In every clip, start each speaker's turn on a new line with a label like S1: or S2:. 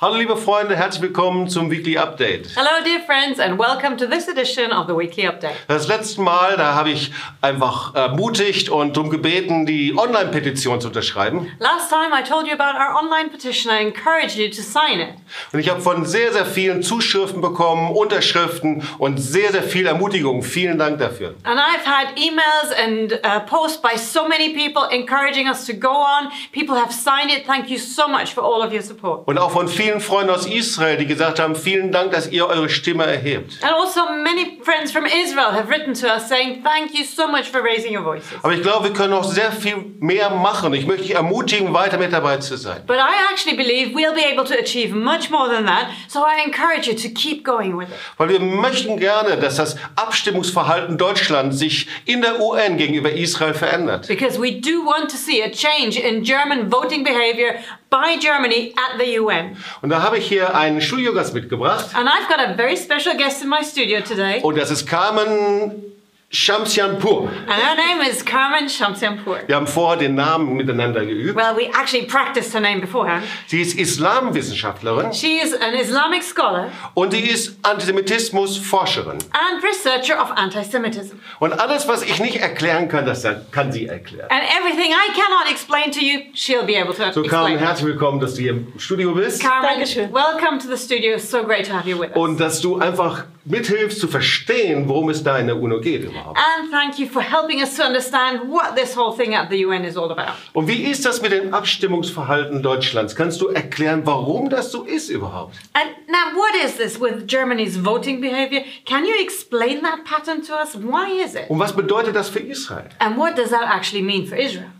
S1: Hallo liebe Freunde, herzlich willkommen zum Weekly Update.
S2: Hello, dear friends, and welcome to this edition of the Weekly Update.
S1: Das letzte Mal, da habe ich einfach ermutigt und darum gebeten, die Online-Petition zu unterschreiben.
S2: Last time I told you about our online petition. I encouraged you to sign it.
S1: Und ich habe von sehr, sehr vielen Zuschriften bekommen, Unterschriften und sehr, sehr viel Ermutigung. Vielen Dank dafür.
S2: And I've had emails and uh, posts by so many people encouraging us to go on. People have signed it. Thank you so much for all of your support.
S1: Und auch von vielen Freunden aus Israel, die gesagt haben, vielen Dank, dass ihr eure Stimme erhebt.
S2: And also, many friends from Israel have written to us saying, Thank you so much for raising your voices.
S1: Aber ich glaube, wir können noch sehr viel mehr machen. Ich möchte dich ermutigen, weiter mit dabei zu sein.
S2: But I actually believe we'll be able to achieve much more than that, so I encourage you to keep going with it.
S1: Weil wir möchten gerne, dass das Abstimmungsverhalten Deutschlands sich in der UN gegenüber Israel verändert.
S2: Because we do want to see a change in German voting behavior by Germany at the UN.
S1: Und da habe ich hier einen Studiogast mitgebracht.
S2: And I've got a very special guest in my studio today,
S1: Und das ist Carmen Shamsianpur.
S2: and her name is Carmen Shamsianpour.
S1: Wir haben vorher den Namen miteinander geübt.
S2: Well, we actually practiced her name beforehand.
S1: Sie ist Islamwissenschaftlerin
S2: She is an Islamic scholar
S1: und sie ist Antisemitismusforscherin.
S2: and researcher of anti Semitism.
S1: Und alles, was ich nicht erklären kann, das kann sie erklären.
S2: And everything I cannot explain to you, she'll be able to
S1: So Carmen,
S2: explain.
S1: herzlich willkommen, dass du hier im Studio bist
S2: Carmen,
S3: Dankeschön.
S2: welcome to the studio. It's so great to have you with us.
S1: und dass du einfach mithilfst zu verstehen, worum es da in der UNO geht überhaupt.
S2: And thank you for helping us to understand what this whole thing at the UN is all about.
S1: Und wie ist das mit dem Abstimmungsverhalten Deutschlands? Kannst du erklären, warum das so ist überhaupt?
S2: And now, what is this with Germany's voting behavior? Can you explain that pattern to us? Why is it?
S1: Und was bedeutet das für Israel?
S2: And what does that actually mean for Israel?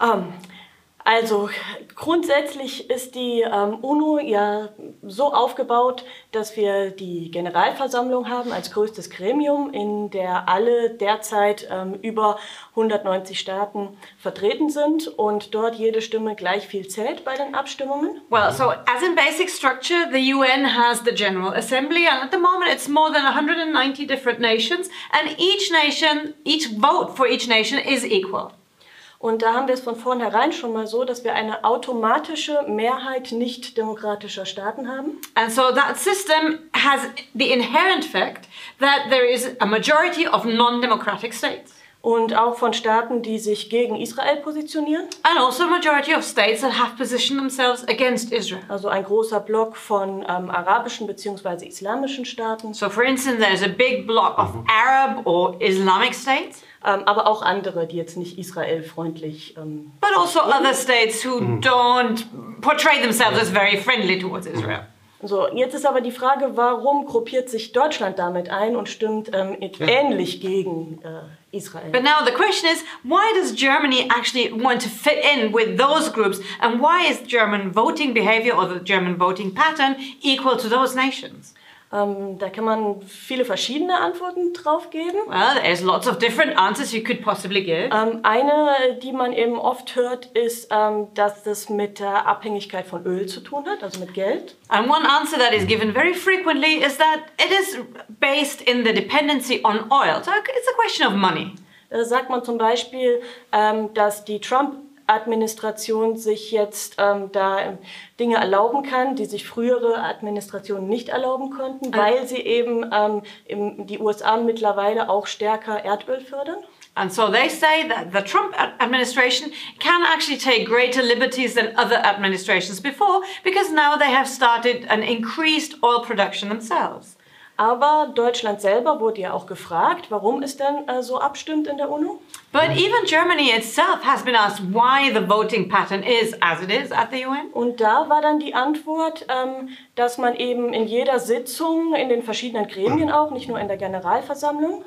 S3: Ähm, also grundsätzlich ist die ähm, UNO ja so aufgebaut, dass wir die Generalversammlung haben als größtes Gremium, in der alle derzeit ähm, über 190 Staaten vertreten sind und dort jede Stimme gleich viel zählt bei den Abstimmungen.
S2: Well, so as in basic structure, the UN has the General Assembly, and at the moment it's more than 190 different nations, and each nation, each vote for each nation is equal.
S3: Und da haben wir es von vornherein schon mal so, dass wir eine automatische Mehrheit nicht demokratischer Staaten haben.
S2: And so that system has the inherent fact that there is a majority of non democratic states.
S3: Und auch von Staaten, die sich gegen Israel positionieren.
S2: And also a majority of states that have positioned themselves against Israel.
S3: Also ein großer Block von ähm, arabischen bzw. islamischen Staaten,
S2: So, for instance, there's a big block of Arab or Islamic states,
S3: ähm, aber auch andere, die jetzt nicht israelfreundlich ähm,
S2: but also other states who don't portray themselves as very friendly towards
S1: Mm-hmm.
S2: Israel.
S3: so, jetzt ist aber die Frage, warum gruppiert sich Deutschland damit ein und stimmt ähm, ähnlich gegen äh, Israel?
S2: But now the question is why does Germany actually want to fit in with those groups, and why is German voting behavior or the German voting pattern equal to those nations?
S3: Ähm, da kann man viele verschiedene Antworten drauf geben.
S2: Well, there's lots of different answers you could possibly give.
S3: Ähm, eine, die man eben oft hört, ist, ähm, dass das mit der Abhängigkeit von Öl zu tun hat, also mit Geld.
S2: And one answer that is given very frequently is that it is based in the dependency on oil. So it's a question of money.
S3: Da Äh, sagt man zum Beispiel, ähm, dass die Trump-Administration sich jetzt ähm, da ähm, Dinge erlauben kann, die sich frühere Administrationen nicht erlauben konnten, weil sie eben ähm, im, die USA mittlerweile auch stärker Erdöl fördern.
S2: And so they say that the Trump ad- administration can actually take greater liberties than other administrations before because now they have started an increased oil production themselves.
S3: Aber Deutschland selber wurde ja auch gefragt, warum es denn äh, so abstimmt in der UNO.
S2: But even Germany itself has been asked why the voting pattern is as it is at the UN.
S3: Und da war dann die Antwort, ähm, dass man eben in jeder Sitzung, in den verschiedenen Gremien auch, nicht nur in der Generalversammlung,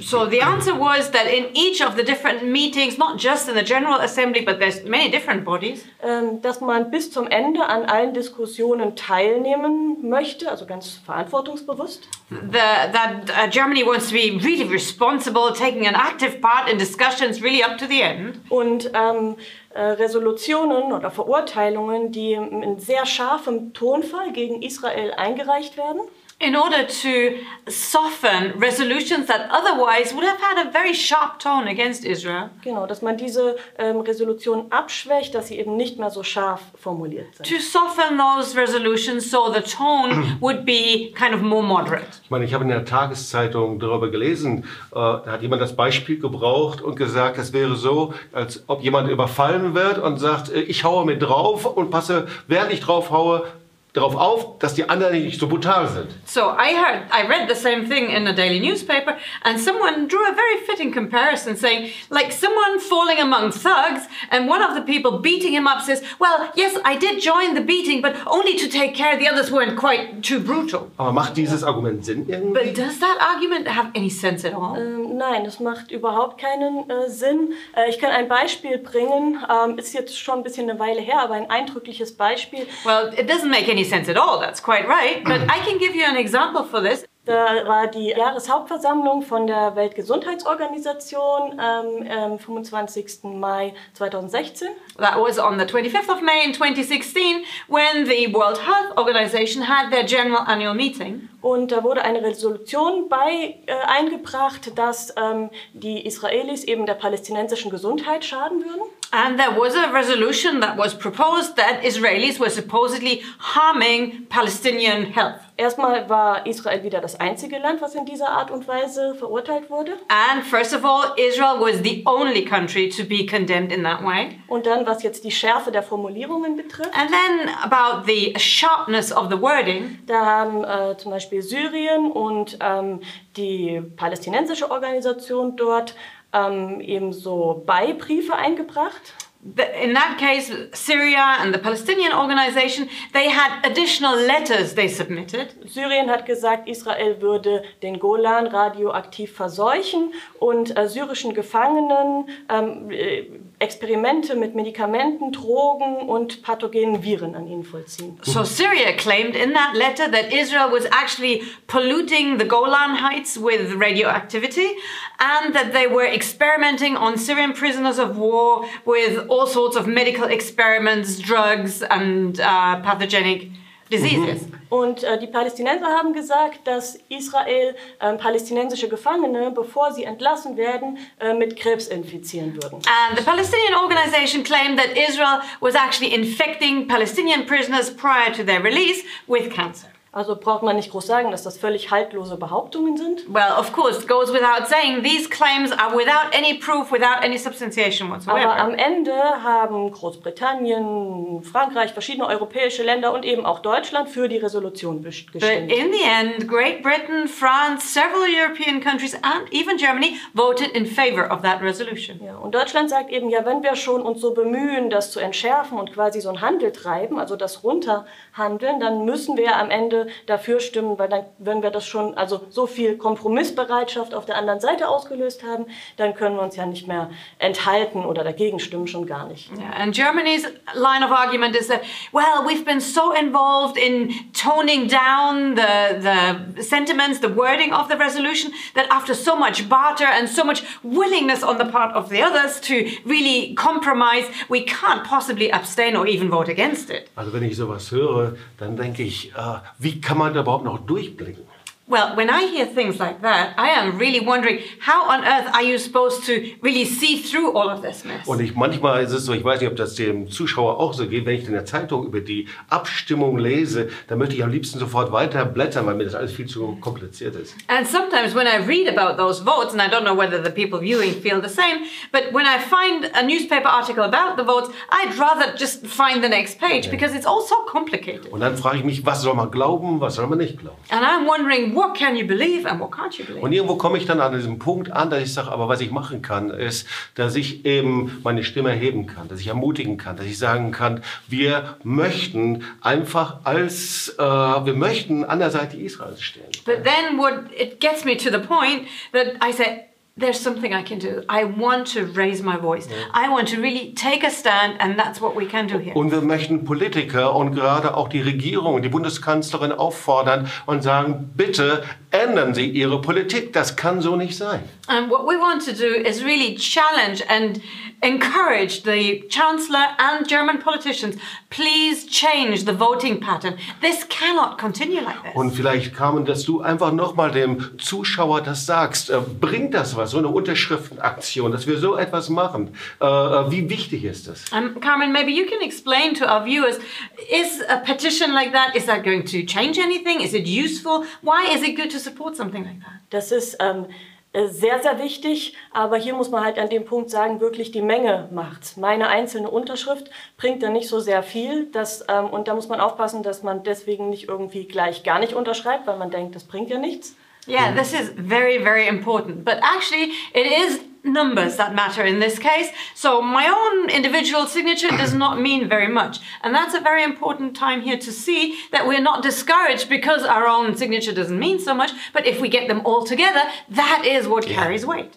S2: So the answer was that in each of the different meetings, not just in the General Assembly, but there's many different bodies,
S3: ähm, dass man bis zum Ende an allen Diskussionen teilnehmen möchte, also ganz verantwortungsbewusst.
S2: the, that uh, Germany wants to be really responsible, taking an active part in discussions really up to the end.
S3: Und ähm, äh, Resolutionen oder Verurteilungen, die in sehr scharfem Tonfall gegen Israel eingereicht werden.
S2: in order to soften resolutions that otherwise would have had a very sharp tone against Israel,
S3: Genau, dass man diese ähm, Resolution abschwächt, dass sie eben nicht mehr so scharf formuliert sind.
S2: to soften those resolutions so the tone would be kind of more moderate.
S1: Ich meine, ich habe in der Tageszeitung darüber gelesen, äh, da hat jemand das Beispiel gebraucht und gesagt, es wäre so, als ob jemand überfallen wird und sagt, äh, ich haue mir drauf und passe, während ich drauf haue, darauf auf, dass die anderen nicht so brutal sind.
S2: So I heard, I read the same thing in a daily newspaper, and someone drew a very fitting comparison, saying, like someone falling among thugs, and one of the people beating him up says, "Well, yes, I did join the beating, but only to take care the others weren't quite too brutal."
S1: Aber macht dieses Argument Sinn irgendwie?
S2: But does that argument have any sense at all?
S3: Ähm, Nein, das macht überhaupt keinen äh, Sinn. Äh, ich kann ein Beispiel bringen, ähm, ist jetzt schon ein bisschen eine Weile her, aber ein eindrückliches Beispiel.
S2: Well, it doesn't make any sense at all, that's quite right. But I can give you an example for this.
S3: Da war die Jahreshauptversammlung von der Weltgesundheitsorganisation ähm, am 25. Mai 2016.
S2: That was on the 25th of May in 2016 when the World Health Organization had their general annual meeting.
S3: Und da wurde eine Resolution bei äh, eingebracht, dass ähm, die Israelis eben der palästinensischen Gesundheit schaden würden.
S2: And there was a resolution that was proposed that Israelis were supposedly harming Palestinian health.
S3: Erstmal war Israel wieder das einzige Land, was in dieser Art und Weise verurteilt wurde.
S2: And first of all, Israel was the only country to be condemned in that way.
S3: Und dann, was jetzt die Schärfe der Formulierungen betrifft,
S2: And then about the sharpness of the wording,
S3: da haben äh, zum Beispiel Syrien und ähm, die palästinensische Organisation dort ähm, eben so Beibriefe eingebracht.
S2: The- in that case, Syria and the Palestinian organization, they had additional letters they submitted.
S3: Syrien hat gesagt, Israel würde den Golan radioaktiv verseuchen und äh, syrischen Gefangenen ähm, äh, Experimente mit Medikamenten, Drogen und pathogenen Viren an ihnen vollziehen.
S2: So Syria claimed in that letter that Israel was actually polluting the Golan Heights with radioactivity and that they were experimenting on Syrian prisoners of war with all sorts of medical experiments, drugs, and uh, pathogenic diseases.
S3: Und äh, die Palästinenser haben gesagt, dass Israel ähm, palästinensische Gefangene, bevor sie entlassen werden, äh, mit Krebs infizieren würden.
S2: And the Palestinian organization claimed that Israel was actually infecting Palestinian prisoners prior to their release with cancer.
S3: Also braucht man nicht groß sagen, dass das völlig haltlose Behauptungen sind.
S2: Well, of course, goes without saying, these claims are without any proof, without any substantiation whatsoever.
S3: Aber am Ende haben Großbritannien, Frankreich, verschiedene europäische Länder und eben auch Deutschland für die Resolution best-
S2: But
S3: gestimmt.
S2: in the end, Great Britain, France, several European countries, and even Germany voted in favor of that resolution.
S3: Ja, und Deutschland sagt eben, ja, wenn wir schon uns so bemühen, das zu entschärfen und quasi so einen Handel treiben, also das runterhandeln, dann müssen wir am Ende dafür stimmen, weil dann, wenn wir das schon, also so viel Kompromissbereitschaft auf der anderen Seite ausgelöst haben, dann können wir uns ja nicht mehr enthalten oder dagegen stimmen, schon gar nicht.
S2: Yeah, and Germany's line of argument is that, well, we've been so involved in toning down the, the sentiments, the wording of the resolution, that after so much barter and so much willingness on the part of the others to really compromise, we can't possibly abstain or even vote against it.
S1: Also wenn ich sowas höre, dann denke ich, äh, wie kann man da überhaupt noch durchblicken?
S2: Well, when I hear things like that, I am really wondering how on earth are you supposed to really see through all of this mess?
S1: Und ich, manchmal ist es so, ich weiß nicht, ob das dem Zuschauer auch so geht, wenn ich in der Zeitung über die Abstimmung lese, dann möchte ich am liebsten sofort weiterblättern, weil mir das alles viel zu kompliziert ist.
S2: And sometimes when I read about those votes, and I don't know whether the people viewing feel the same, but when I find a newspaper article about the votes, I'd rather just find the next page because it's all so complicated.
S1: Und dann frage ich mich, was soll man glauben, was soll man nicht glauben?
S2: And I'm wondering what can you believe and what can't you believe?
S1: Und irgendwo komme ich dann an diesem Punkt an, dass ich sage, aber was ich machen kann, ist, dass ich eben meine Stimme erheben kann, dass ich ermutigen kann, dass ich sagen kann, wir möchten einfach als, äh, wir möchten an der Seite Israels stehen.
S2: But then what it gets me to the point that I say, there's something I can do. I want to raise my voice. I want to really take a stand, and that's what we can do here.
S1: Und wir möchten Politiker und gerade auch die Regierung, die Bundeskanzlerin auffordern und sagen, bitte ändern Sie
S2: Um,
S1: Ihre Politik. Das kann so nicht sein.
S2: And what we want to do is really challenge and encouraged the Chancellor and German politicians, please change the voting pattern. This cannot continue like this.
S1: Und vielleicht kamen, dass du einfach nochmal dem Zuschauer das sagst. Äh, bringt das was, so eine Unterschriftenaktion, dass wir so etwas machen? Äh, äh, wie wichtig ist das?
S2: Um, Carmen, maybe you can explain to our viewers is a petition like that, is that going to change anything? Is it useful? Why is it good to support something like that?
S3: Das ist ähm, äh, sehr, sehr wichtig, aber hier muss man halt an dem Punkt sagen, wirklich die Menge macht. Meine einzelne Unterschrift bringt da nicht so sehr viel. Das, ähm, und da muss man aufpassen, dass man deswegen nicht irgendwie gleich gar nicht unterschreibt, weil man denkt, das bringt ja nichts.
S2: Yeah, this is very, very important. But actually, it is numbers that matter in this case. So my own individual signature does not mean very much. And that's a very important time here to see that we're not discouraged because our own signature doesn't mean so much. But if we get them all together, that is what carries weight.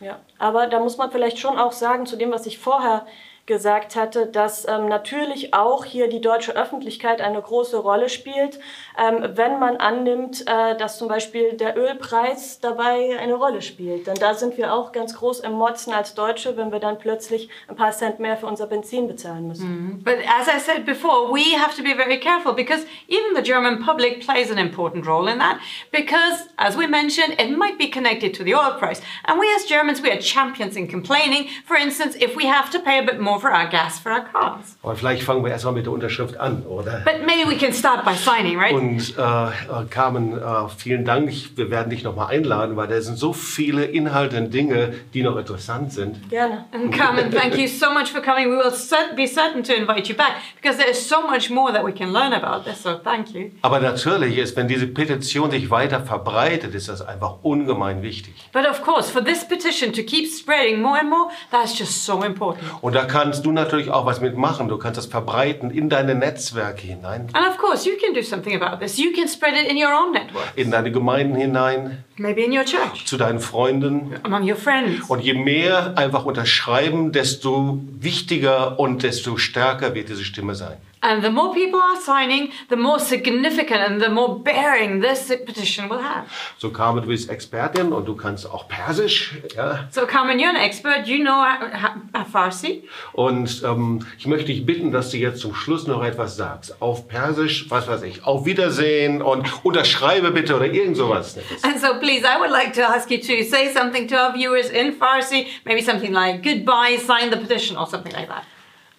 S3: Ja, aber da muss man vielleicht schon auch sagen, zu dem, was ich vorher gesagt hatte, dass ähm, natürlich auch hier die deutsche Öffentlichkeit eine große Rolle spielt, ähm, wenn man annimmt, äh, dass zum Beispiel der Ölpreis dabei eine Rolle spielt. Denn da sind wir auch ganz groß im Motzen als Deutsche, wenn wir dann plötzlich ein paar Cent mehr für unser Benzin bezahlen müssen.
S2: But as I said before, we have to be very careful because even the German public plays an important role in that because, as we mentioned, it might be connected to the oil price. And we as Germans, we are champions in complaining, for instance, if we have to pay a bit more for our gas for our cars.
S1: Aber vielleicht fangen wir erstmal mit der Unterschrift an, oder?
S2: But maybe we can start by signing, right?
S1: Und äh, äh, Carmen, äh, vielen Dank. Ich, wir werden dich nochmal einladen, weil da sind so viele Inhalte und Dinge, die noch interessant sind.
S3: Gerne.
S2: and Carmen, thank you so much for coming. We will cer- be certain to invite you back because there is so much more that we can learn about this. So thank you.
S1: Aber natürlich ist, wenn diese Petition sich weiter verbreitet, ist das einfach ungemein wichtig.
S2: But of course, for this petition to keep spreading more and more, that's just so important.
S1: Und da kannst du natürlich auch was mitmachen. Du kannst das verbreiten in deine Netzwerke hinein,
S2: And of course, you can do something about this. You can spread it in your own network,
S1: in deine Gemeinden hinein,
S2: maybe in your church,
S1: zu deinen Freunden.
S2: among your friends.
S1: Und je mehr einfach unterschreiben, desto wichtiger und desto stärker wird diese Stimme sein.
S2: And the more people are signing, the more significant and the more bearing this petition will have.
S1: So Carmen, du bist Expertin und du kannst auch Persisch. Ja?
S2: So, Carmen, you're an expert. You know uh, Ha- uh, Farsi.
S1: Und ähm, ich möchte dich bitten, dass du jetzt zum Schluss noch etwas sagst. Auf Persisch, was weiß ich, auf Wiedersehen und unterschreibe bitte oder irgend sowas.
S2: And so, please, I would like to ask you to say something to our viewers in Farsi, maybe something like goodbye, sign the petition, or something like that.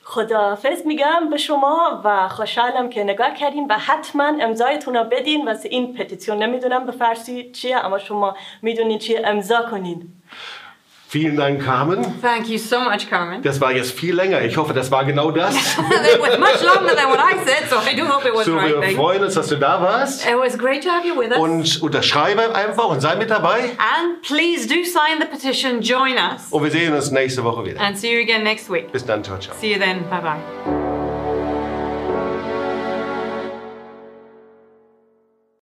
S3: خداحافظ میگم به شما و خوشحالم که نگاه کردین و حتما امضایتون رو بدین واسه این پتیسیون نمیدونم به فارسی چیه اما شما میدونین چیه امضا کنین
S1: Vielen Dank, Carmen.
S2: Thank you so much, Carmen.
S1: Das war jetzt viel länger. Ich hoffe, das war genau das.
S2: it was much longer than what I said, so I do hope it was the
S1: So,
S2: right
S1: wir
S2: thing.
S1: freuen uns, dass du da warst.
S2: It was great to have you with us.
S1: Und unterschreibe einfach und sei mit dabei.
S2: And please do sign the petition, join us,
S1: Und wir sehen uns nächste Woche wieder.
S2: and see you again next week.
S1: Bis dann, ciao, ciao.
S2: See you then. Bye bye.